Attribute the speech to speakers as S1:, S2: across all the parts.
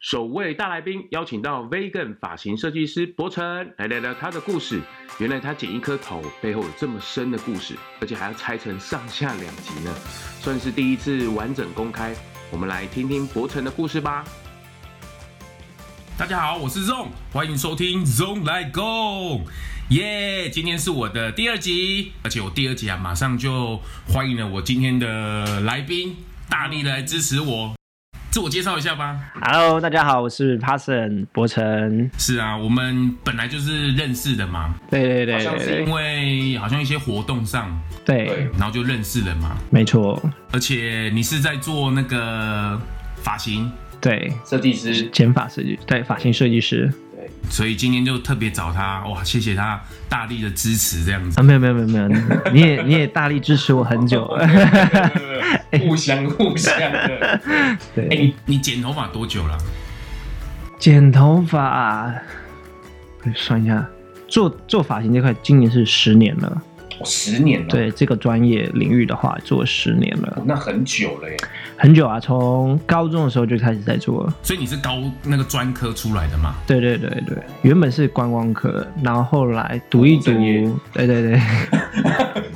S1: 首位大来宾邀请到 Vegan 发型设计师博成来聊聊他的故事。原来他剪一颗头背后有这么深的故事，而且还要拆成上下两集呢，算是第一次完整公开。我们来听听博成的故事吧。
S2: 大家好，我是 Zong，欢迎收听 Zong 来 Go，耶！今天是我的第二集，而且我第二集啊，马上就欢迎了我今天的来宾，大力来支持我。自我介绍一下吧。
S3: Hello，大家好，我是 Parson 博成。
S2: 是啊，我们本来就是认识的嘛，
S3: 对对
S2: 好
S3: 对
S2: 像是
S3: 对
S2: 因为好像一些活动上，
S3: 对，
S2: 对，然后就认识了嘛。
S3: 没错，
S2: 而且你是在做那个发型，
S3: 对，
S4: 设计师，
S3: 剪发设计，对，发型设计师
S2: 所以今天就特别找他，哇，谢谢他大力的支持，这样子。
S3: 啊，没有没有没有没有， 你也你也大力支持我很 久了。
S4: 互相互相的。
S2: 哎、
S3: 对，
S2: 你你剪头发多久了？
S3: 剪头发，我算一下，做做发型这块，今年是十年了。
S4: 哦十年了，
S3: 对这个专业领域的话，做十年了，
S4: 哦，那很久了耶。
S3: 很久啊，从高中的时候就开始在做了。
S2: 所以你是高那个专科出来的嘛？
S3: 对对对对，原本是观光科，然后后来读一读
S4: 正业，
S3: 对对对。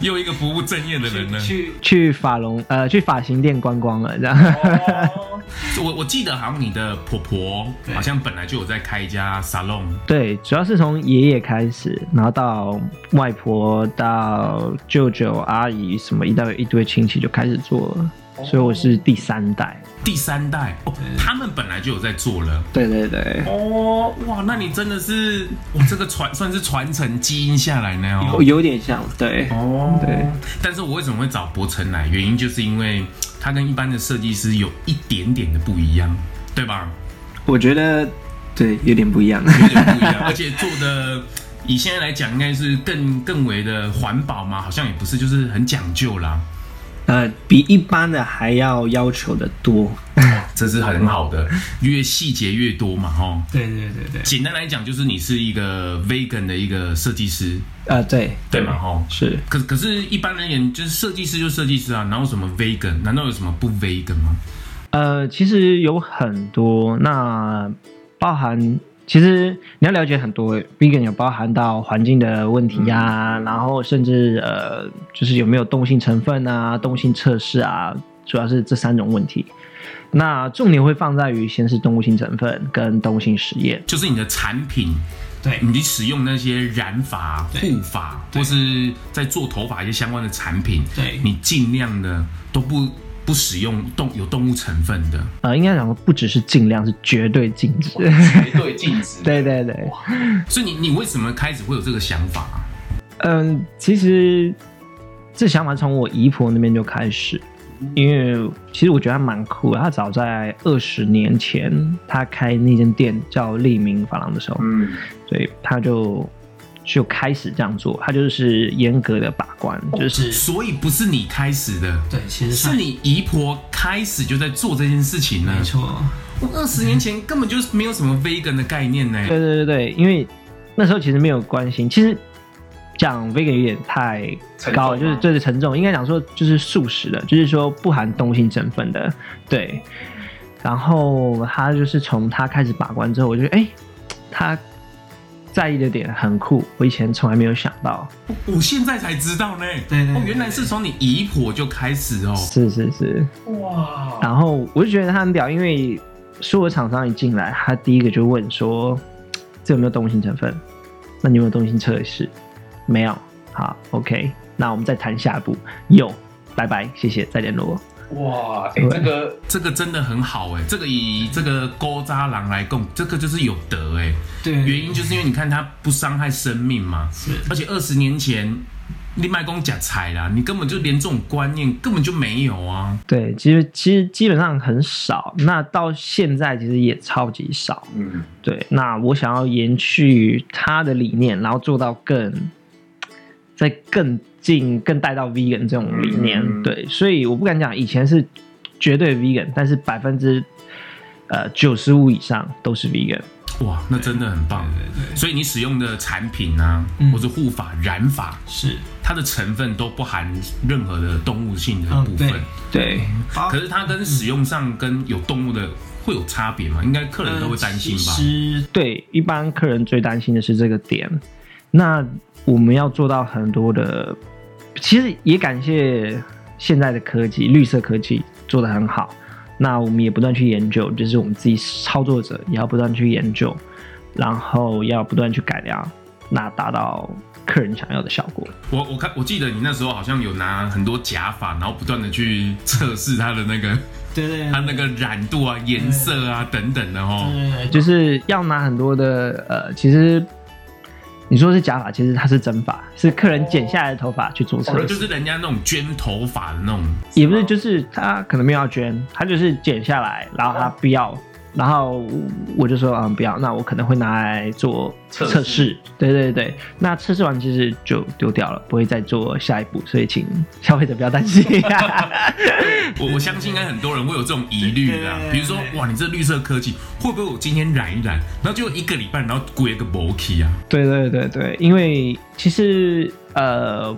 S2: 又一个不务正业的人呢。
S4: 去
S3: 去发龙呃去发型店观光了，这样。
S4: 哦，
S2: 我我记得好像你的婆婆好像本来就有在开一家 salon，
S3: 对，主要是从爷爷开始，然后到外婆、到舅舅、阿姨什么一大堆一堆亲戚就开始做了，所以我是第三代。
S2: 第三代哦，他们本来就有在做了。
S3: 对对对，
S2: 哦，哇，那你真的是哇，哦这个传算是传承基因下来呢哦
S3: 我。有点像，对
S2: 哦
S3: 对，
S2: 但是我为什么会找博成来？原因就是因为他跟一般的设计师有一点点的不一样，对吧？
S3: 我觉得对有点不 一样。
S2: 有点 不一样，而且做的以现在来讲，应该是更更为的环保嘛，好像也不是，就是很讲究啦。
S3: 呃，比一般的还要要求的多。
S2: 这是很好的，越细节越多嘛，哦。
S3: 对对对对，
S2: 简单来讲，就是你是一个 vegan 的一个设计师，
S3: 呃对
S2: 对嘛，哦。
S3: 是
S2: 可可是，一般人也就是设计师就设计师啊，哪有什么 vegan？难道有什么不 vegan 吗？
S3: 呃，其实有很多，那包含其实你要了解很多，vegan 有包含到环境的问题呀、然后甚至呃，就是有没有动物性成分啊、动物性测试啊，主要是这三种问题。那重点会放在于先是动物性成分跟动物性实验，
S2: 就是你的产品，
S3: 对
S2: 你使用那些染发、啊护发，或是在做头发一些相关的产品，
S3: 对
S2: 你尽量的都不不使用动有动物成分 的。
S3: 呃，应该讲说不只是尽量，是绝对禁止。
S4: 绝对禁 止。
S3: 对对对，
S2: 所以你你为什么开始会有这个想法啊、
S3: 嗯，其实这想法从我姨婆那边就开始，
S5: 嗯
S3: 因为其实我觉得她蛮酷的。她早在二十年前，她开那间店叫利明发廊的时候，
S4: 嗯，
S3: 所以她就就开始这样做。她就是严格的把关，就是
S2: 所以不是你开始的，
S5: 哦对，其实
S2: 是
S5: 上
S2: 你姨婆开始就在做这件事情呢
S5: 没。错，
S2: 我二十年前根本就是没有什么 vegan 的概念呢。
S3: 对对对对，因为那时候其实没有关心，其实讲 vegan 有点太
S4: 沉重
S3: 高
S4: 吗
S3: 了，就是对对沉重，应该讲说就是素食的，就是说不含动物性成分的，对。然后他就是从他开始把关之后，我觉得哎，他在意的点很酷，我以前从来没有想到，
S2: 我我现在才知道呢。
S5: 对对对
S2: 哦，原来是从你姨婆就开始哦。
S3: 是是是。
S4: 哇，
S3: 然后我就觉得他很屌，因为所有厂商一进来，他第一个就问说：“这有没有动物性成分？那你有没有动物性测试？没有。好，OK，那我们再谈下一步。有，拜拜，谢谢，再联络。
S4: 哇，哎，
S3: 对
S4: 这个
S2: 这个真的很好哎，这个以这个勾渣郎来供，这个就是有德哎。
S5: 对，
S2: 原因就是因为你看他不伤害生命嘛，
S5: 是
S2: 而且二十年前你卖公假财啦，你根本就连这种观念根本就没有啊。”
S3: 对，其实其实基本上很少，那到现在其实也超级少。
S4: 嗯，
S3: 对，那我想要延续他的理念，然后做到更，再更进、更带到 vegan 这种理念。
S4: 嗯
S3: 对，所以我不敢讲以前是绝对 vegan，但是百分之呃九十五以上都是 vegan。
S2: 哇，那真的很棒。
S5: 对对对，
S2: 所以你使用的产品啊，
S5: 嗯
S2: 或是护发、染发，
S5: 是，
S2: 它的成分都不含任何的动物性的部
S5: 嗯
S2: 分。
S5: 对
S3: 对，
S5: 包
S2: 可是它跟使用上跟有动物的会有差别吗？应该客人都会担心吧
S5: 呃？其实
S3: 对，一般客人最担心的是这个点。那我们要做到很多的，其实也感谢现在的科技，绿色科技做得很好。那我们也不断去研究，就是我们自己操作者也要不断去研究，然后要不断去改良，那达到客人想要的效果。
S2: 我我看我记得你那时候好像有拿很多假发，然后不断的去测试它的那个
S5: 对对对
S2: 它那个染度啊、颜色
S5: 嗯
S2: 啊等等的哦。
S5: 对
S3: 就是是要拿很多的呃，其实你说是假发，其实它是真发，是客人剪下来的头发去做测
S2: 就
S3: 试，
S2: 是人家哦那种捐头发的那种，
S3: 也不是就是他可能没有要捐，他就是剪下来，然后他不要，然后我就说啊、不要，那我可能会拿来做
S4: 测试
S3: 测试，对对对，那测试完其实就丢掉了，不会再做下一步，所以请消费者不要担心。
S2: 我我相信应该很多人会有这种疑虑啦。
S5: 对
S2: 比如说，哇，你这绿色科技会不会我今天染一染，然后就一个礼拜，然后归一个 b o k 啊？
S3: 对对对对，因为其实呃，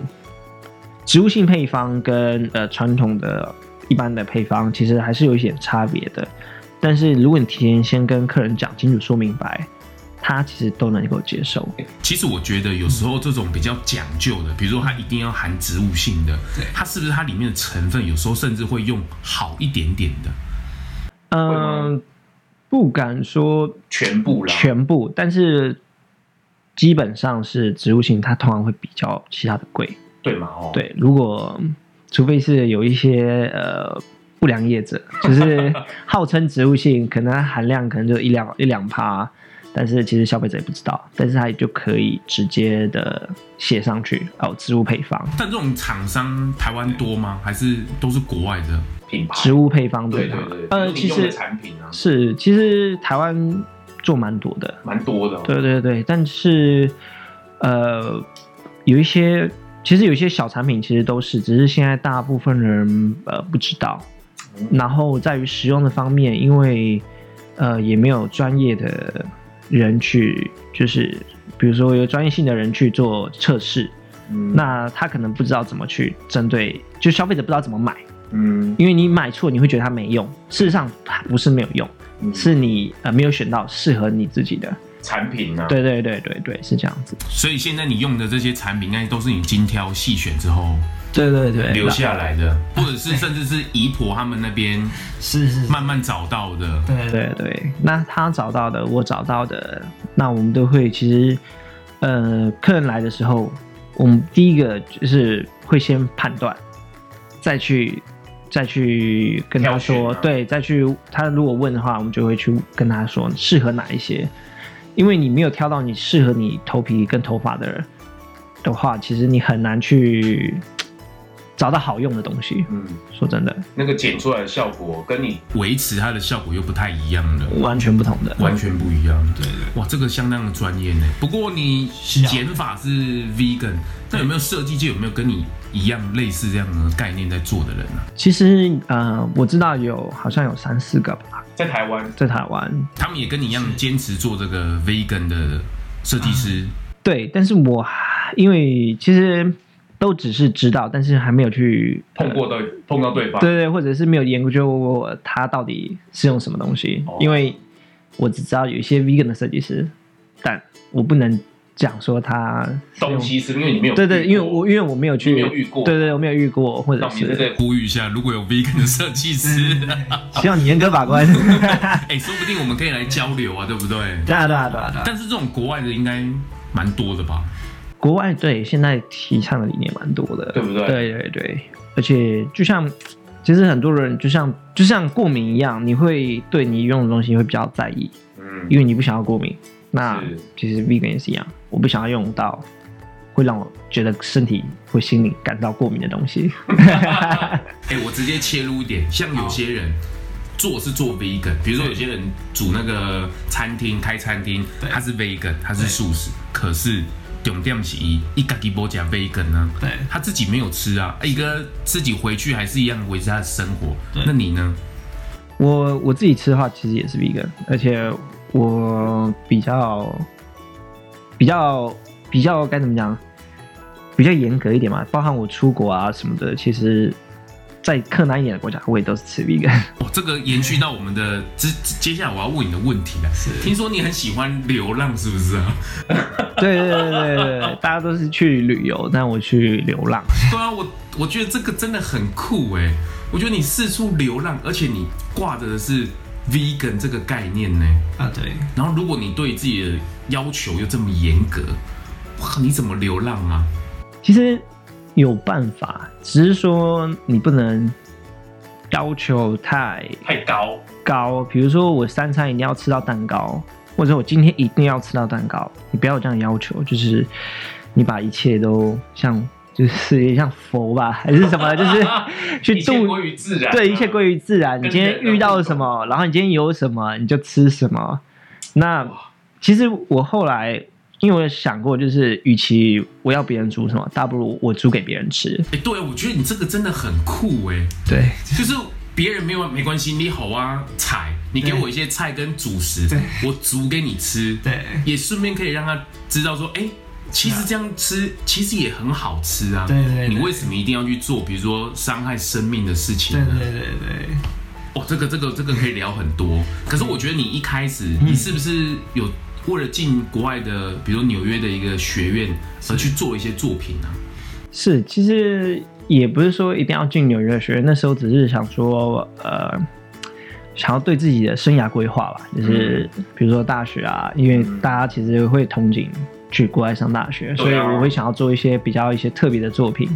S3: 植物性配方跟呃传统的一般的配方其实还是有一些差别的，但是如果你提前先跟客人讲清楚、说明白，他其实都能够接受。
S2: 其实我觉得有时候这种比较讲究的，比如说它一定要含植物性的，它是不是它里面的成分有时候甚至会用好一点点的？
S3: 嗯、
S4: 会吗
S3: 不敢说
S4: 全部啦，
S3: 全部，但是基本上是植物性，它通常会比较其他的贵。
S4: 对嘛？哦，，
S3: 对，如果除非是有一些呃不良业 者，就是号称植物性，可能它含量可能就一两一两趴，但是其实消费者也不知道，但是它也就可以直接的写上去哦，植物配方，
S4: 啊
S2: 但这种厂商台湾多吗？还是都是国外的？
S4: 品牌，
S3: 植物配方
S4: 对
S3: 吧
S4: 对对，
S3: 呃，
S4: 比
S3: 其
S4: 如你用的
S3: 实
S4: 产品啊，
S3: 是其实台湾做蛮多的，
S4: 蛮多的哦，
S3: 对对对，但是呃，有一些其实有一些小产品其实都是，只是现在大部分人呃不知道。
S4: 嗯
S3: 然后在于使用的方面，因为呃也没有专业的人去，就是比如说有专业性的人去做测试，
S4: 嗯，
S3: 那他可能不知道怎么去针对，就消费者不知道怎么买，
S4: 嗯，
S3: 因为你买错你会觉得它没用，事实上它不是没有用，
S4: 嗯
S3: 是你呃没有选到适合你自己的。
S4: 产品啊，
S3: 对对对对对，是这样子。
S2: 所以现在你用的这些产品，应该都是你精挑细选之后
S3: 对对对
S2: 留下来的， 或者是甚至是姨婆他们那边
S5: 是是，
S2: 慢慢找到的。
S5: 对对
S3: 对对，那他找到的，我找到的，那我们都会其实，呃，客人来的时候，我们第一个就是会先判断，再去再去跟他
S4: 挑
S3: 说，
S4: 选啊
S3: 对，再去他如果问的话，我们就会去跟他说适合哪一些，因为你没有挑到你适合你头皮跟头发的人的话，其实你很难去找到好用的东西。
S4: 嗯，
S3: 说真的，
S4: 那个剪出来的效果跟你嗯
S2: 维持它的效果又不太一样了。
S3: 完全不同的。
S2: 完全不一样，对对，哇，这个相当的专业呢。不过你
S5: 是啊
S2: 剪法是 vegan，那有没有设计界有没有跟你一样类似这样的概念在做的人啊呢、
S3: 其实呃，我知道有好像有三四个吧，
S4: 在台湾，
S3: 在台湾。
S2: 他们也跟你一样坚持做这个 vegan 的设计师，
S4: 嗯
S3: 对，但是我还因为其实都只是知道，但是还没有去
S4: 碰过对碰到对方，
S3: 对对，或者是没有研究过它到底是用什么东西，
S4: 哦
S3: 因为我只知道有一些 vegan 的设计师，但我不能讲说它是用
S4: 东。西是因为你没有遇过，
S3: 对对，因为我因为我没有去
S4: 你没有遇过
S3: 对对，我没有遇过，或
S4: 那
S3: 者
S4: 我们在这
S3: 是
S4: 里
S2: 呼吁一下，如果有 vegan 的设计师，
S3: 希望你严格把 关。
S2: 哎、说不定我们可以来交流啊，对不对？
S3: 对啊对啊对啊，对啊
S2: 但是这种国外的应该蛮多的吧？
S3: 国外对现在提倡的理念蛮多的，
S4: 对不对
S3: 对对对，而且就像，其实很多人就像就像过敏一样，你会对你用的东西会比较在意，
S4: 嗯
S3: 因为你不想要过敏。那
S4: 是
S3: 其实 vegan 也是一样，我不想要用到会让我觉得身体或心里感到过敏的东西。
S2: 哎、我直接切入一点，像有些人做是做 vegan，比如说有些人煮那个餐厅开餐厅，
S5: 对
S2: 他是 vegan，他是素食，可是重点是一一家己波讲 vegan 呢、
S5: 对
S2: 他自己没有吃啊，一个自己回去还是一样维持他的生活
S5: 对。
S2: 那你呢？
S3: 我我自己吃的话，其实也是 vegan，而且我比较比较比较该怎么讲，比较严格一点嘛，包含我出国啊什么的，其实再克难一点的国家，我也都是吃 vegan。
S2: 哦，这个延续到我们的接接下来我要问你的问题了。听说你很喜欢流浪，是不是啊？
S3: 对对对对对对，大家都是去旅游，但我去流浪。
S2: 对啊，我我觉得这个真的很酷哎！我觉得你四处流浪，而且你挂着的是 vegan 这个概念呢。
S5: 啊，对，
S2: 然后如果你对自己的要求又这么严格，哇，你怎么流浪啊？
S3: 其实有办法，只是说你不能要求太
S4: 太高，
S3: 高，比如说我三餐一定要吃到蛋糕，或者我今天一定要吃到蛋糕，你不要有这样的要求，就是你把一切都像就是像佛吧，还是什么，就是去
S4: 一切
S3: 度
S4: 归于自然。
S3: 对，一切归于自然。你今天遇到什么，然后你今天有什么，你就吃什么。那其实我后来，因为我有想过，就是与其我要别人煮什么，大不如我煮给别人吃。
S2: 哎，对，我觉得你这个真的很酷哎，
S3: 对，
S2: 就是别人没有没关系，你好啊，菜，你给我一些菜跟主食
S5: 对，
S2: 我煮给你吃，
S5: 对，
S2: 也顺便可以让他知道说，哎、其实这样吃其实也很好吃啊。
S5: 对对对
S2: 你为什么一定要去做，比如说伤害生命的事情
S5: 对
S2: 呢？
S5: 对对对。
S2: 哦，这个这个这个可以聊很多。可是我觉得你一开始，你是不是有为了进国外的，比如纽约的一个学院，而去做一些作品啊？
S3: 是，其实也不是说一定要进纽约学院，那时候只是想说，呃，想要对自己的生涯规划吧，就是比如说大学啊，因为大家其实会憧憬去国外上大学，所以我会想要做一些比较一些特别的作品。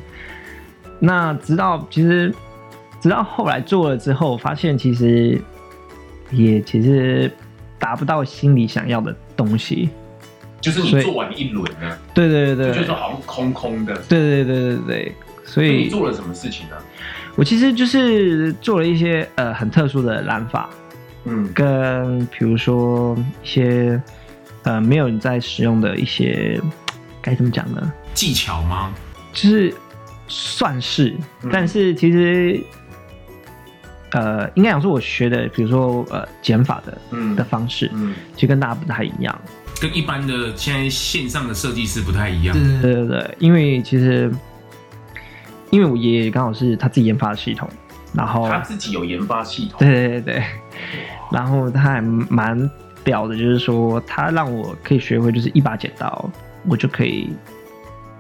S3: 那直到其实直到后来做了之后，发现其实也其实达不到心里想要的东西。
S4: 就是你
S3: 所以
S4: 做完一轮呢，
S3: 对对
S4: 就
S3: 对对
S4: 觉得
S3: 对
S4: 好像空空的。
S3: 对对对对，所
S4: 所以
S3: 以
S4: 你做了什么事情呢？
S3: 我其实就是做了一些呃很特殊的染法，
S4: 嗯，
S3: 跟比如说一些呃没有人在使用的一些该怎么讲呢？
S2: 技巧吗？
S3: 就是算是
S4: 嗯，
S3: 但是其实呃应该讲说我学的，比如说呃减法的
S4: 嗯
S3: 的方式，
S4: 嗯，
S3: 其实跟大家不太一样。
S2: 跟一般的现在线上的设计师不太一样
S5: 对。对对
S3: 对对对，因为其实因为我爷爷刚好是他自己研发的系统，然后
S4: 他自己有研发系统，
S3: 对 对对对，然后他还蛮屌的，就是说他让我可以学会，就是一把剪刀，我就可以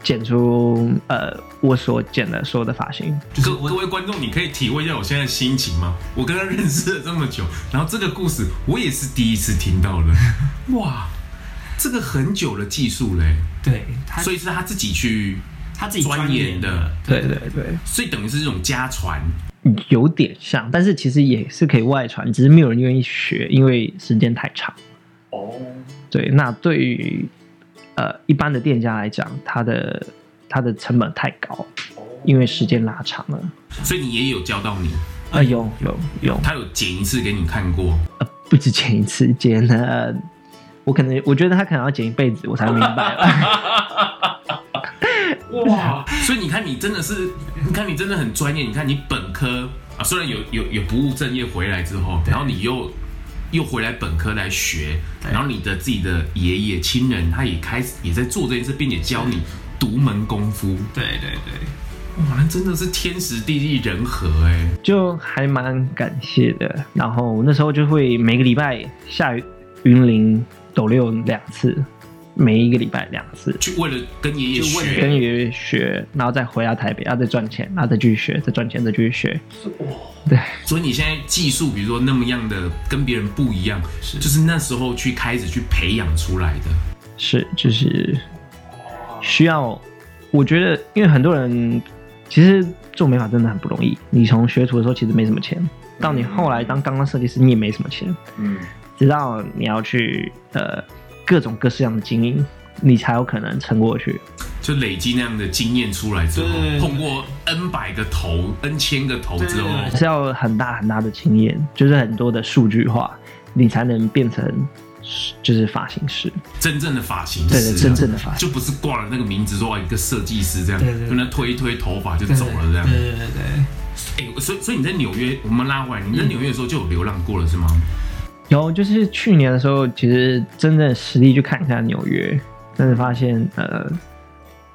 S3: 剪出呃我所剪的所有的发型。
S5: 就是
S2: 各
S5: 我
S2: 各位观众，你可以体会一下我现在的心情吗？ 我跟他认识了这么久，然后这个故事我也是第一次听到 了，哇，这个很久的技术嘞，
S5: 对，他
S2: 所以是他自己去，
S5: 他自己
S2: 钻研的，
S3: 对对对，
S2: 所以等于是这种家传，
S3: 有点像，但是其实也是可以外传，只是没有人愿意学，因为时间太长。
S4: 哦，
S3: 对，那对于呃一般的店家来讲，它的它的成本太高，
S4: 哦
S3: 因为时间拉长了。
S2: 所以你也有教到你，
S3: 啊、有有有，
S2: 他有剪一次给你看过，
S3: 呃，不止剪一次，剪了，我可能我觉得他可能要剪一辈子，我才明白吧。
S4: 哇，
S2: 所以你看你真的是，你看你真的很专业，你看你本科啊，虽然有有有不务正业回来之后，然后你又又回来本科来学，然后你的自己的爷爷亲人他也开始也在做这件事，并且教你独门功夫，
S5: 对对对，
S2: 哇，那真的是天时地利人和哎、
S3: 就还蛮感谢的。然后那时候就会每个礼拜下云林斗六两次，每一个礼拜两次，
S2: 就为了跟爷爷
S5: 就为了
S2: 学，
S3: 跟爷爷学，然后再回到台北，然啊后再赚钱，然后再继续学，再赚钱，再继续学。
S2: 所以你现在技术比如说那么样的跟别人不一样，
S5: 是
S2: 就是那时候去开始去培养出来的。
S3: 是，就是需要。我觉得，因为很多人其实做美发真的很不容易。你从学徒的时候其实没什么钱，到你后来当钢钢设计师，你也没什么钱，
S4: 嗯，
S3: 直到你要去呃各种各式样的经营，你才有可能撑过去。
S2: 就累积那样的经验出来之后
S5: 对，
S2: 碰过 N 百个头、N 千个头之后，
S5: 对
S3: 是要很大很大的经验，就是很多的数据化，你才能变成就是发型师。
S2: 真正的发型
S3: 对
S2: 师啊，
S3: 对，真正的发型师。
S2: 就不是挂了那个名字说啊一个设计师这样
S5: 对对，对
S2: 跟他推一推头发就走了这样。
S5: 对对对对，
S2: 哎，所以所以你在纽约，我们拉回来，你在纽约的时候就有流浪过了是
S5: 嗯
S2: 吗？
S3: 有，就是去年的时候，其实真正实地去看一下纽约，但是发现呃，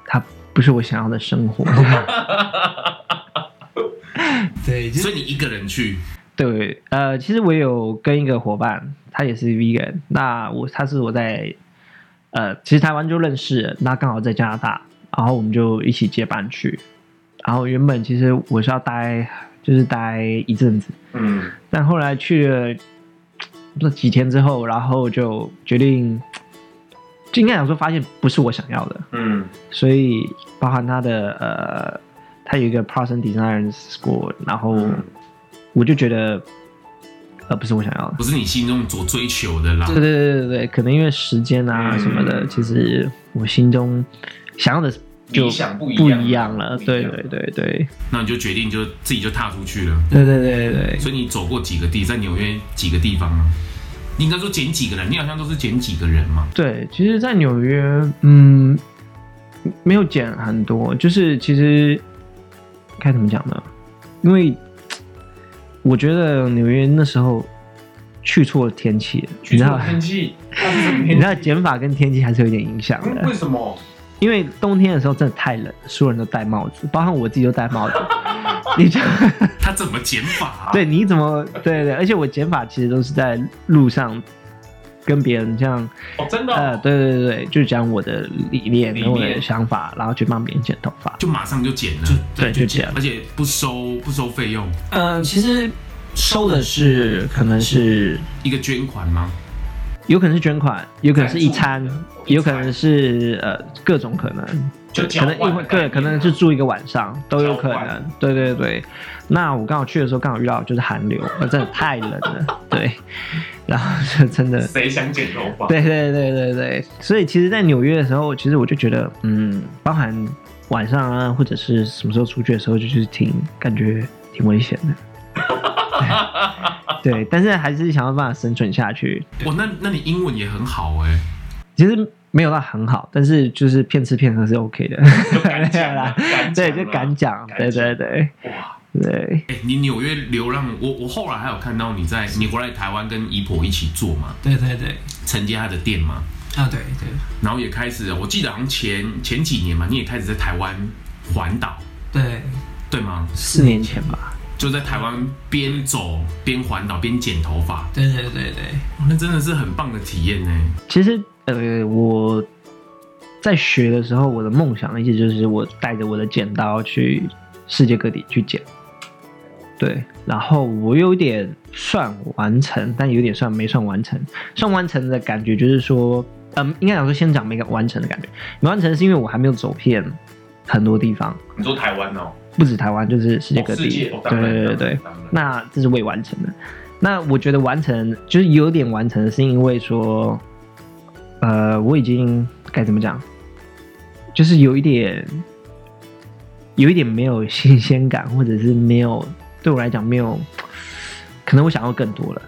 S3: 它不是我想要的生活。
S5: 对，就
S2: 所
S5: 是
S2: 以你一个人去，
S3: 对，呃，其实我有跟一个伙伴，他也是 vegan，那我他是我在呃，其实台湾就认识了，那刚好在加拿大，然后我们就一起结伴去。然后原本其实我是要待，就是待一阵子，
S4: 嗯，
S3: 但后来去了不知道几天之后，然后就决定，就应该讲说发现不是我想要的，
S4: 嗯，
S3: 所以包含他的呃，他有一个 Parson Design School，然后
S4: 嗯
S3: 我就觉得呃不是我想要的。
S2: 不是你心中所追求的啦。
S3: 对对对对对，可能因为时间啊
S4: 嗯
S3: 什么的，其实我心中想要的就
S4: 理想不一
S3: 不
S4: 样
S3: 一样了。
S4: 不一
S3: 对
S4: 样
S3: 对对对
S2: 那你就决定就自己就踏出去了。
S3: 对对对对
S2: 所以你走过几个地，在纽约几个地方吗？你应该说捡几个人，你好像都是捡几个人嘛。
S3: 对。其实，在纽约，嗯，没有减很多，就是其实该怎么讲呢？因为我觉得纽约那时候去错天气了，
S4: 去
S3: 你知
S4: 做
S3: 道。
S2: 嗯
S4: 天气，那是什么
S3: 你知道
S4: 天气？
S3: 减法跟天气还是有点影响
S4: 嗯
S3: 的
S4: 为，什么？
S3: 因为冬天的时候真的太冷，所有人都戴帽子，包含我自己都戴帽 子。你知道，
S2: 他怎么减法、啊
S3: 对，你怎么对对？而且我减法其实都是在路上跟别人这样，
S4: 哦，真的
S3: 呃，
S4: 哦，
S3: 对对对，就讲我的理念
S4: 理
S3: 跟我的
S4: 念
S3: 想法，然后去帮别人剪头发。
S2: 就马上就减了，
S3: 对就剪了
S2: 而且不收不收费用，
S3: 嗯，其实收的是可能是
S2: 一个捐款吗？
S3: 有可能是捐款，有可能是一餐
S4: 赞助的，
S3: 有可能是呃各种可能，
S4: 就
S3: 可能
S4: 交换
S3: 一
S4: 的
S3: 会
S4: 概
S3: 对，
S4: 念
S3: 可能是住一个啊晚上都有可
S4: 交
S3: 能
S4: 换。
S3: 对对对，那我刚好去的时候刚好遇到就是寒流，呃真的太冷了，对，然后就真的，
S4: 谁想剪头发？
S3: 对对对对对，所以其实，在纽约的时候，其实我就觉得，嗯，包含晚上啊，或者是什么时候出去的时候，就是挺感觉挺危险的。 对，对但是还是想要办法生存下去，
S2: 哇，那那你英文也很好哎、
S3: 其实没有到很好，但是就是骗吃骗喝是 OK 的，
S4: 敢讲啊
S3: 没有
S4: 敢讲啊
S3: 对，就敢讲，
S4: 敢
S3: 对
S4: 讲
S3: 对对
S4: 哇，
S3: 对，
S2: 哎、你纽约流浪，我我后来还有看到你在你回来台湾跟姨婆一起做嘛，
S5: 对对对，
S2: 承接她的店嘛，
S5: 啊对对
S2: 然后也开始，我记得好像前前几年嘛，你也开始在台湾环岛，
S5: 对，
S2: 对吗？
S3: 四年前吧，
S2: 就在台湾边走边环岛边剪头发，
S5: 对对对对，
S2: 哇那真的是很棒的体验欸呢。
S3: 其实呃我在学的时候，我的梦想一直就是我带着我的剪刀去世界各地去剪，对，然后我有点算完成，但有点算没算完成，算完成的感觉就是说，嗯，应该讲说先讲没完成的感觉，没完成是因为我还没有走遍很多地方。
S4: 你说台湾哦，
S3: 不止台湾，就是世界各
S4: 哦世
S3: 地。
S4: 界哦
S3: 对
S4: 当
S3: 对
S4: 然
S3: 对
S4: 当
S3: 对
S4: 然当然，
S3: 那这是未完成的。那我觉得完成就是有点完成，是因为说，呃，我已经该怎么讲，就是有一点，有一点没有新鲜感，或者是没有对我来讲没有，可能我想要更多了。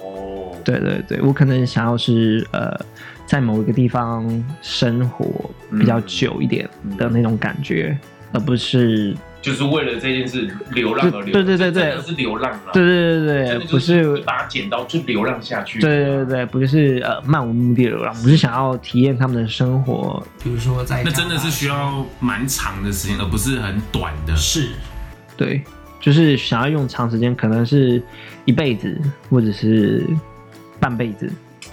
S4: 哦，
S3: 对对对，我可能想要是呃，在某一个地方生活比较
S4: 嗯
S3: 久一点的那种感觉，而不是
S4: 就是为了这件事流浪而流浪，
S3: 对对对对
S4: 这真的是流浪啊，
S3: 对对对对
S4: 真
S3: 对，
S4: 的
S3: 不，
S4: 就是一把啊剪刀就流浪下去，
S3: 对对对，对，不是呃漫无目的的流浪，我是想要体验他们的生活。
S5: 比如说在
S2: 那真的是
S4: 哦
S2: 需要蛮长的时间，而不是很短的。
S5: 是，
S3: 对，就是想要用长时间，可能是一辈子或者是半辈子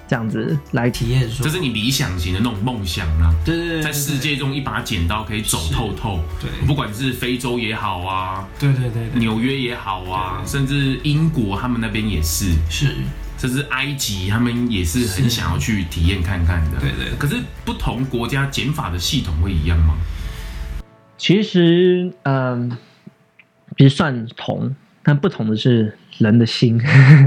S3: 这样子来体
S5: 体验说
S2: 这，是你理想型的那种梦想啊，
S5: 对对对，
S2: 在世界中一把剪刀可以走透透，
S5: 对
S2: 不管是非洲也好啊，
S5: 对对对对，
S2: 纽约也好啊，甚至英国他们那边也是，
S5: 是，
S2: 甚至埃及他们也是很
S5: 是
S2: 想要去体验看看的。
S5: 对对
S2: 可是不同国家减法的系统会一样吗？
S3: 其实，嗯，其实算同，但不同的是人的心。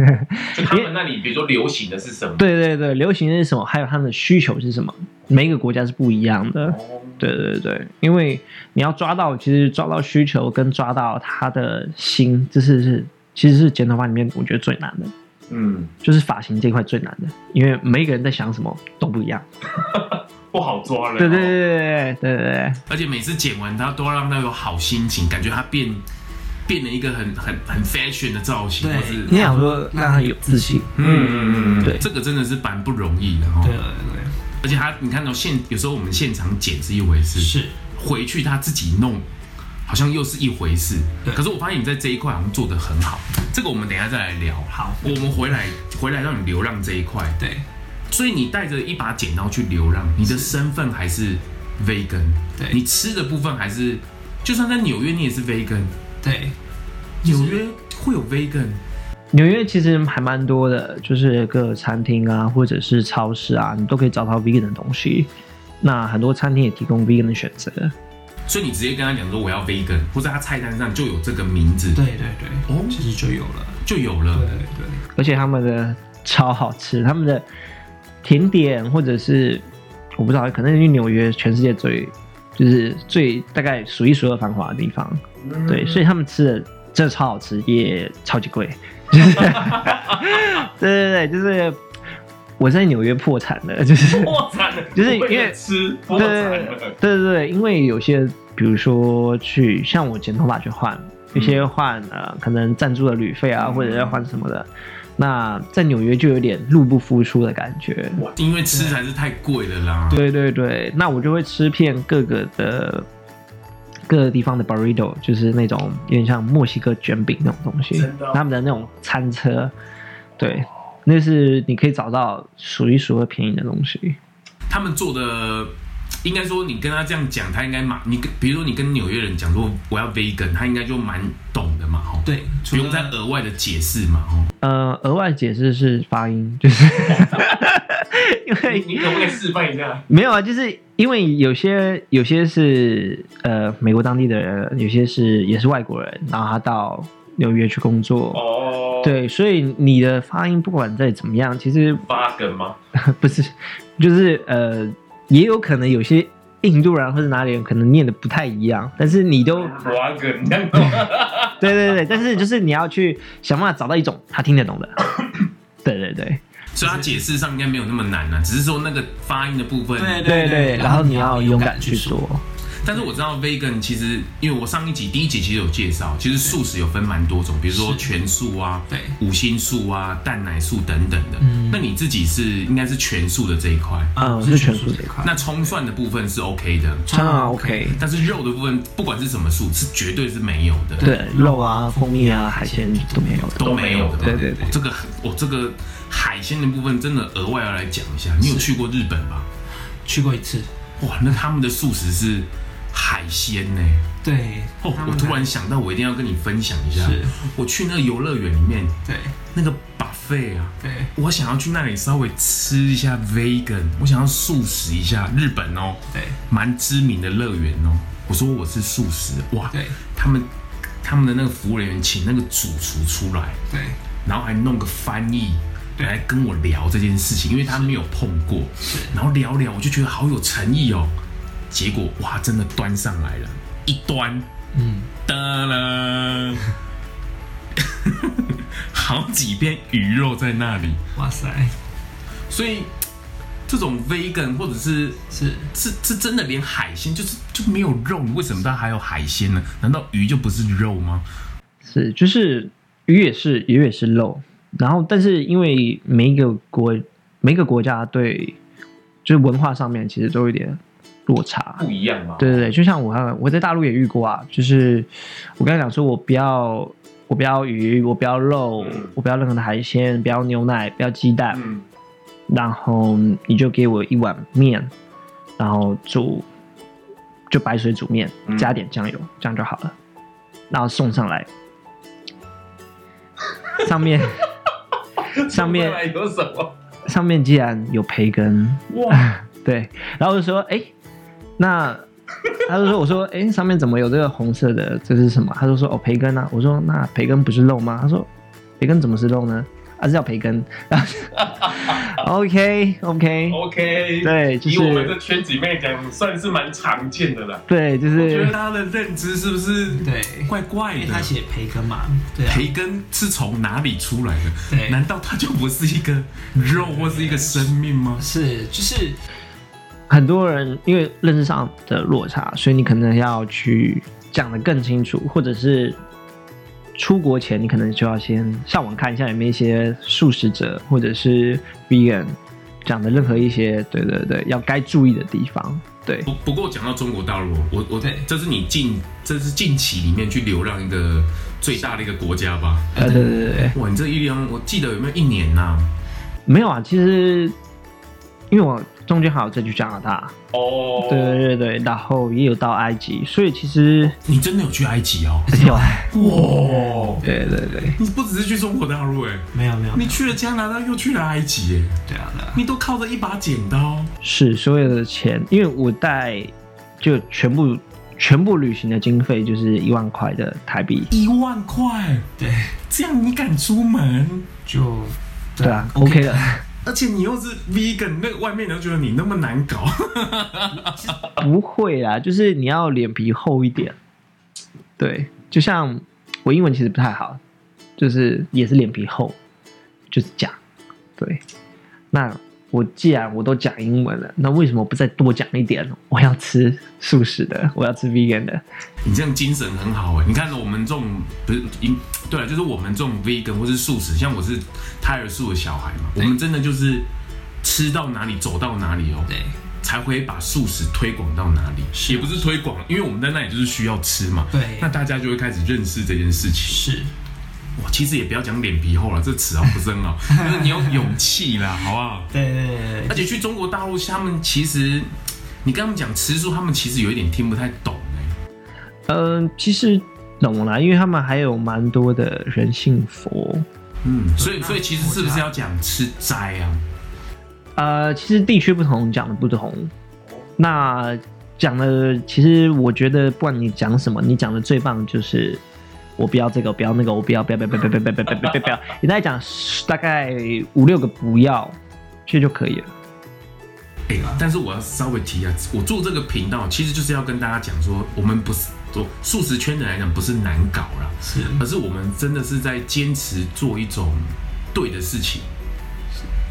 S4: 就他们那里，比如说流行的是什么？
S3: 对对对，流行是什么？还有他们的需求是什么？每一个国家是不一样的。
S4: 哦，
S3: 对对对，因为你要抓到，其实抓到需求跟抓到他的心，这是是其实是剪头发里面我觉得最难的，
S4: 嗯，
S3: 就是发型这一块最难的，因为每一个人在想什么都不一样。
S4: 不好抓了，
S3: 对对对对对对对
S2: 而且每次剪完它都要让它有好心情，感觉它变变了一个很很很 fashion 的造型，
S5: 对
S2: 或是
S3: 你想说让他有自信，
S4: 嗯，嗯嗯嗯，
S3: 对
S2: 这个真的是蛮不容易的哈
S5: 对。对
S2: 而哦且它你看到现有时候我们现场剪是一回
S5: 对，
S2: 事，
S5: 是，
S2: 回去他自己弄，好像又是一回事。
S5: 对
S2: 可是我发现你在这一块好像做得很好，这个我们等一下再来聊。
S5: 好
S2: 我们回来回来让你流浪这一块，
S5: 对
S2: 所以你带着一把剪刀去流浪，你的身份还是 vegan，
S5: 对
S2: 你吃的部分还是，就算在纽约你也是 vegan，
S5: 对
S2: 纽约会有 vegan，
S3: 纽约其实还蛮多的，就是各餐厅啊，或者是超市啊，你都可以找到 vegan 的东西。那很多餐厅也提供 vegan 的选择。
S2: 所以你直接跟他讲说我要 vegan，或者他菜单上就有这个名字，
S5: 对对对，
S2: 哦
S5: 其实就有了。
S2: 就有了。
S5: 对对
S3: 而且他们的超好吃，他们的甜点或者是我不知道，可能因为纽约全世界最就是最大概数一数二繁华的地方，
S4: 嗯
S3: 对，所以他们吃的真的超好吃，也超级贵， 就是对对对，就是我在纽约破产了，就是
S4: 破产了，
S3: 就是因为
S4: 不了吃破
S3: 对
S4: 产
S3: 对
S4: 了。
S3: 对对，因为有些，比如说去像我剪头发去换，有些换呃可能赞助的旅费
S4: 嗯
S3: 啊，或者要换什么的，那在纽约就有点入不敷出的感觉。
S2: 因为吃还是太贵了啦。
S3: 对对对，那我就会吃遍各个的各个地方的 burrito，就是那种有点像墨西哥卷饼那种东西
S4: 真的哦，
S3: 他们的那种餐车，对，那是你可以找到数一数二便宜的东西。
S2: 他们做的，应该说你跟他这样讲，他应该蛮你跟，比如说你跟纽约人讲说我要 vegan，他应该就蛮懂的嘛，吼，，
S5: 对，
S2: 不用
S5: 除
S2: 再
S5: 了
S2: 额外的解释嘛，吼。
S3: 呃，额外解释是发音， 就是因
S4: 你
S3: 为
S4: 哎你可不可以示范一下？
S3: 没有啊，就是因为有些有些是呃美国当地的人，有些是也是外国人，然后他到纽约去工作。
S4: 哦，，
S3: 对，所以你的发音不管再怎么样，其实
S4: 八梗吗？
S3: 不是，就是呃，也有可能有些印度人或者哪里人可能念的不太一样，但是你都
S4: 八梗，你看过吗？
S3: 对对对，但是就是你要去想办法找到一种他听得懂的。对对对。
S2: 所以他解释上应该没有那么难了、只是说那个发音的部分。
S5: 对
S3: 对对，然后你要勇敢去
S5: 做。
S3: 做。
S2: 但是我知道 vegan 其实，因为我上一集第一集其实有介绍，其实素食有分蛮多种，比如说
S5: 是
S2: 全素啊、
S5: 对
S2: 五星素啊、蛋奶素等等的。
S5: 嗯
S2: 那你自己是应该是全素的这一块，
S3: 嗯
S5: 啊
S3: 是全
S5: 素
S3: 素
S5: 这一块。
S2: 那葱蒜的部分是 OK 的，
S3: 啊 OK，
S2: 但是肉的部分不管是什么素是绝对是没有的。
S3: 对，肉啊、蜂蜜啊、海鲜都没有的。
S2: 都没有的，
S3: 对对对
S2: 哦这个我、哦这个海鲜的部分真的额外要来讲一下。你有去过日本吧？
S5: 去过一次，
S2: 哇，那他们的素食是海鲜呢、
S5: 对，
S2: 哦
S5: 他，们
S2: 我突然想到，我一定要跟你分享一下。
S5: 是
S2: 我去那个游乐园里面
S5: 对
S2: 那个 buffet 啊，
S5: 对
S2: 我想要去那里稍微吃一下 vegan，我想要素食一下日本哦，
S5: 对
S2: 蛮知名的乐园哦。我说我是素食，哇，
S5: 对
S2: 他们他们的那个服务人员请那个主厨出来，
S5: 对
S2: 然后还弄个翻译
S5: 对
S2: 来跟我聊这件事情，因为他没有碰过，然后聊聊，我就觉得好有诚意哦。结果哇，真的端上来了，一端，
S5: 嗯，
S2: 噔噔， 好几片鱼肉在那里，
S5: 哇塞，
S2: 所以这种 vegan 或者是
S5: 是
S2: 是是真的连海鲜就是就没有肉，你为什么它还有海鲜呢？难道鱼就不是肉吗？
S3: 是，就是鱼也是鱼也是肉，然后但是因为每一个国每一个国家对就是文化上面其实都有一点落差。
S4: 不一样吗？
S3: 对对对，就像我看我在大陆也遇过啊，就是我跟他讲说我不要我不要鱼，我不要肉，
S4: 嗯
S3: 我不要任何的海鲜，不要牛奶，不要鸡蛋，
S4: 嗯，
S3: 然后你就给我一碗面，然后煮就白水煮面，
S4: 嗯
S3: 加点酱油，这样就好了，然后送上来，上 面上面
S4: 未来有什么？
S3: 上面竟然有培根，
S4: 哇，
S3: 对，然后我就说，哎、那他就说，我说，哎、上面怎么有这个红色的？这是什么？他就说，哦，培根啊。我说，那培根不是肉吗？他说，培根怎么是肉呢？啊，这叫培根。 然后，OK OK，
S4: OK，
S3: 对就是
S4: 以我们这圈子里面讲，算是蛮常见的啦。
S3: 对，就
S2: 我觉得
S3: 是
S2: 他的认知是不是
S5: 对哎
S2: 怪怪
S5: 因为
S2: 的？
S5: 他写培根嘛，对啊，
S2: 培根是从哪里出来的？
S5: 对
S2: 难道它就不是一个肉或是一个生命吗？
S5: 是就是
S3: 很多人因为认识上的落差，所以你可能要去讲得更清楚，或者是。出国前，你可能就要先上网看一下有没有一些素食者或者是 vegan 讲的任何一些，对对对，要该注意的地方。对
S2: 不不过讲到中国大陆，哦我我
S5: 对
S2: 这是你近这是近期里面去流浪一个最大的一个国家吧？
S3: 呃，对对对对，
S2: 哇，你这一量，我记得有没有一年呐、
S3: 没有啊，其实因为我中间还有再去加拿大，
S4: 哦，
S3: 对对对对，然后也有到埃及，所以其实
S2: 你真的有去埃及哦？
S3: 有，啊
S2: 哇，
S3: 对对对，
S2: 你不只是去中国大陆哎、
S5: 没有没有，
S2: 你去了加拿大又去了埃及哎、
S5: 对啊对啊，
S2: 你都靠着一把剪刀。
S3: 是所有的钱，因为我带就全部全部旅行的经费就是一万块的台币，
S2: 一万块，
S5: 对，
S2: 这样你敢出门？
S5: 就
S3: 对啊，OK 的，
S2: 而且你又是 vegan，那个外面人觉得你那么难搞。
S3: 不会啦，就是你要脸皮厚一点，对，就像我英文其实不太好，就是也是脸皮厚，就是讲，对，那。我既然我都讲英文了，那为什么不再多讲一点？我要吃素食的，我要吃 vegan 的，
S2: 你这样精神很好哎、你看我们这种不是，因对啊了，就是我们这种 vegan 或是素食，像我是胎儿素的小孩嘛，我们真的就是吃到哪里走到哪里哦、
S5: 对
S2: 才会把素食推广到哪里，也不是推广，因为我们在那里就是需要吃嘛，
S5: 对
S2: 那大家就会开始认识这件事情。
S5: 是，
S2: 哇，其实也不要讲脸皮厚了，这词好不是很好，就是你有勇气啦，好不好？
S5: 对对对
S2: 而且
S5: 对，
S2: 去中国大陆，他们其实你跟他们讲吃素，他们其实有一点听不太懂哎、
S3: 嗯，其实懂啦，因为他们还有蛮多的人信佛。
S2: 嗯，所以所以其实是不是要讲吃斋啊？
S3: 呃，其实地区不同，讲的不同。那讲的，其实我觉得，不管你讲什么，你讲的最棒就是我不要这个，我不要那个，我不要，不要，不要，不要，不要，不要，不要，不要，不要。你大概讲大概五六个不要，其实就可以了。
S2: 哎、但是我要稍微提一下，我做这个频道其实就是要跟大家讲说，我们不是做素食圈的来讲不是难搞啦，
S5: 是
S2: 而是我们真的是在坚持做一种对的事情，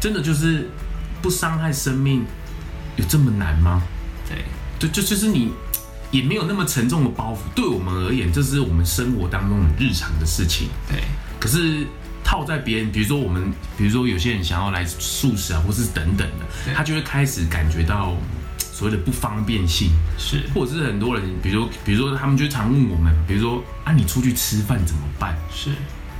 S2: 真的就是不伤害生命，有这么难吗？
S5: 对
S2: 对，就就是你也没有那么沉重的包袱，对我们而言，这是我们生活当中很日常的事情。
S5: 对
S2: 可是套在别人，比如说我们，比如说有些人想要来素食啊，或是等等的，
S5: 对
S2: 他就会开始感觉到所谓的不方便性，
S5: 是，
S2: 或者是很多人，比如说，比如说他们就常问我们，比如说啊，你出去吃饭怎么办？
S5: 是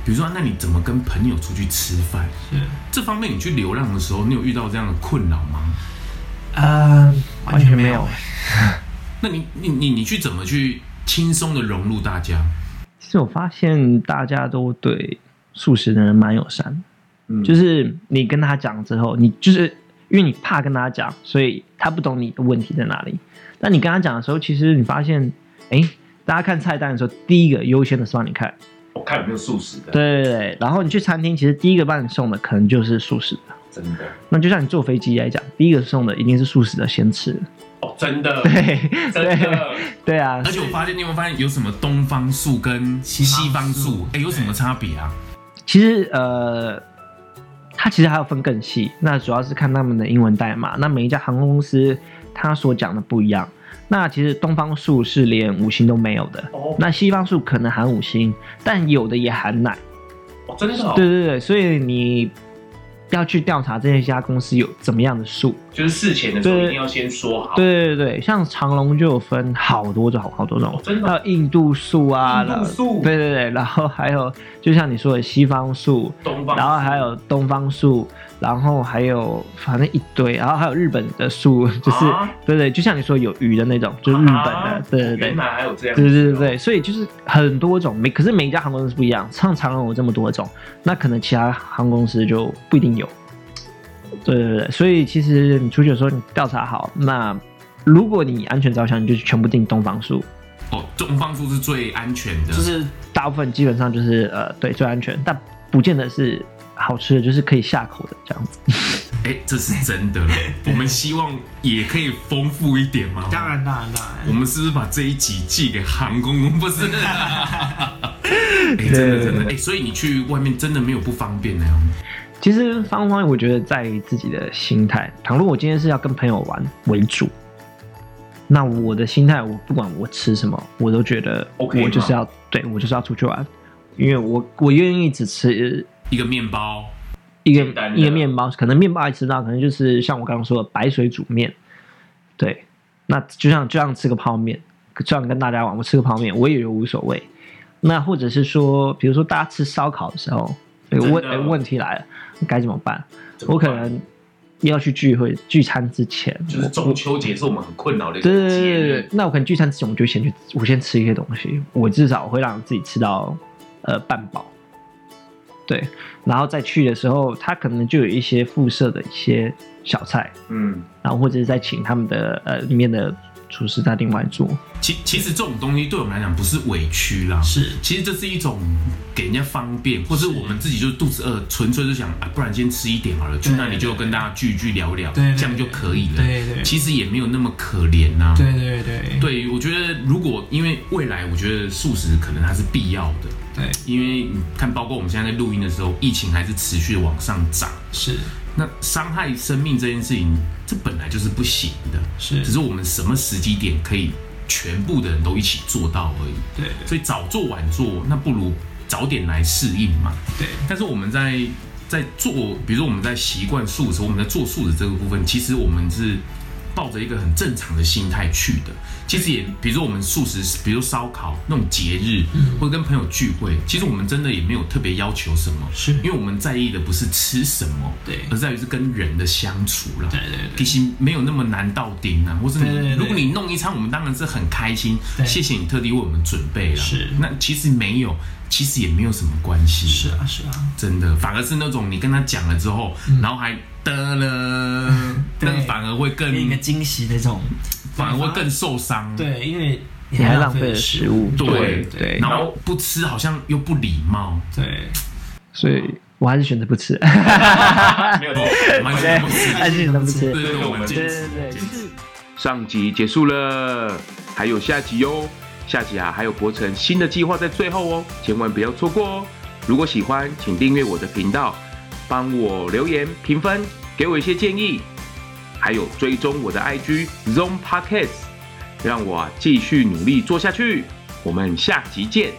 S2: 比如说、啊那你怎么跟朋友出去吃饭？
S5: 是，
S2: 这方面你去流浪的时候，你有遇到这样的困扰吗？
S3: 呃，完全没有。
S2: 那你你你你去怎么去轻松的融入大家？
S3: 其实我发现大家都对素食的人蛮友善，嗯就是你跟他讲之后，你就是因为你怕跟他讲，所以他不懂你的问题在哪里。但你跟他讲的时候，其实你发现，哎，大家看菜单的时候，第一个优先的是帮你看，
S4: 我看有没有素食的，
S3: 对对对。然后你去餐厅，其实第一个帮你送的可能就是素食的。
S4: 真的
S3: 那就像你坐飞机来讲，第一个送的一定是素食的先吃，
S4: 哦，真的，
S3: 对
S4: 真
S3: 对
S4: 的，
S3: 对啊
S2: 而，且我发现，你有没有发现有什么东方素跟
S5: 西方素
S2: 西方素？哎、有什么差别啊？
S3: 其实呃，它其实还有分更细，那主要是看他们的英文代码。那每一家航空公司它所讲的不一样。那其实东方树是连五星都没有的，
S4: 哦
S3: 那西方树可能含五星，但有的也含奶。
S4: 哦，真的哦，
S3: 对对对，所以你要去调查这家公司有怎么样的树。
S4: 就是事前的时候
S3: 对
S4: 一定要先说好，
S3: 对对对，像长隆就有分好多种好多种
S4: 哦，真的
S3: 还有印度树啊，
S4: 印度
S3: 然后
S4: 树
S3: 对对对，然后还有就像你说的西方树，
S4: 东方，
S3: 然后还有东方树，然后还有反正一堆，然后还有日本的树， 就是、
S4: 啊
S3: 对对，就像你说有鱼的那种，就是日本的，
S4: 啊
S3: 对对对
S4: 原。来还有这样，哦
S3: 对对对对，，所以就是很多种，每可是每一家航空公司不一样，像长荣有这么多种，那可能其他航空公司就不一定有。对对对，所以其实你出去的时候你调查好，那如果你安全着想，你就全部订东方树，
S2: 哦，东方素是最安全的，
S5: 就是
S3: 大部分基本上就是呃对最安全，但不见得是好吃的，就是可以下口的这样子。
S2: 哎、这是真的。 我们希望也可以丰富一点嘛。
S5: 当，然当然当
S2: 我
S5: 然，
S2: 们是不是把这一集寄给航空公司？不 是、哎、真的真的，哎、所以你去外面真的没有不方便的、啊。
S3: 其实方方面，我觉得在于自己的心态。倘若我今天是要跟朋友玩为主，那我的心态，我不管我吃什么，我都觉得
S4: OK 吗
S3: 我就是要对我就是要出去玩，因为我我愿意只吃
S2: 一个面包，
S3: 一
S4: 简
S3: 个
S4: 单的
S3: 一个面包，可能面包还吃到，可能就是像我刚刚说的白水煮面，对。那就像就像吃个泡面，就像跟大家玩，我吃个泡面，我也觉得无所谓。那或者是说，比如说大家吃烧烤的时候，哎
S4: 真的
S3: 问哎问题来了，该怎么办？
S4: 怎么
S3: 我可
S4: 办
S3: 能要去聚会聚餐之前，
S4: 就是中秋节是我们很困扰的一
S3: 对
S4: 个
S3: 对
S4: 节
S3: 对对
S4: 日，，
S3: 那我可能聚餐之前我就先去，我先吃一些东西，我至少会让自己吃到呃半饱。对，然后再去的时候，他可能就有一些附设的一些小菜，
S4: 嗯，
S3: 然后或者是再请他们的呃里面的厨师在另外做。
S2: 其其实这种东西对我们来讲不是委屈啦，
S5: 是
S2: 其实这是一种给人家方便，或是我们自己就肚子饿，纯粹就想啊，不然先吃一点好了，去
S5: 对
S2: 那里就跟大家聚一聚聊聊，
S5: 对对对
S2: 这样就可以了。
S5: 对对
S2: 其实也没有那么可怜呐、
S5: 对对对
S2: 对，我觉得如果因为未来，我觉得素食可能它是必要的，
S5: 对，
S2: 因为你看，包括我们现在在录音的时候，疫情还是持续地往上涨，
S5: 是
S2: 那伤害生命这件事情，这本来就是不行的，
S5: 是
S2: 只是我们什么时机点可以全部的人都一起做到而已。
S5: 对
S2: 所以早做晚做，那不如早点来适应嘛。
S5: 对
S2: 但是我们在在做，比如说我们在习惯素食，我们在做素食这个部分，其实我们是抱着一个很正常的心态去的。其实也，比如说我们素食，比如说烧烤那种节日，
S5: 嗯
S2: 或者跟朋友聚会，其实我们真的也没有特别要求什么，
S5: 是
S2: 因为我们在意的不是吃什么，
S5: 对
S2: 而在于是跟人的相处啦。
S5: 对对
S2: 其
S5: 对
S2: 实没有那么难到顶啊，或是你
S5: 对对对
S2: 如果你弄一餐，我们当然是很开心，
S5: 对
S2: 谢谢你特地为我们准备了。
S5: 是
S2: 那其实没有，其实也没有什么关系。
S5: 是啊是啊，
S2: 真的，反而是那种你跟他讲了之后，然后还得了，
S5: 嗯 对
S2: 那反而会更
S5: 给，你一个惊喜的这种，
S2: 反而会更受伤。
S5: 对，因为你
S2: 啊
S3: 你还浪费
S5: 费
S3: 了食
S5: 物，
S3: 物，
S2: 对
S3: 对
S2: 然，后不吃好像又不礼貌，
S5: 对
S3: 所以我还是选择不吃，
S4: 没有错，
S2: 我们还是不吃。
S3: 还是选择不吃
S2: 对。对对，我们坚
S3: 对
S2: 持
S3: 对。对，
S2: 坚
S3: 就
S2: 持
S3: 是
S1: 上集结束了，还有下集哟、下集啊，还有博成新的计划在最后哦，千万不要错过哦。如果喜欢，请订阅我的频道，帮我留言评分，给我一些建议，还有追踪我的 IG Zone Podcast，让我啊继续努力做下去。我们下集见，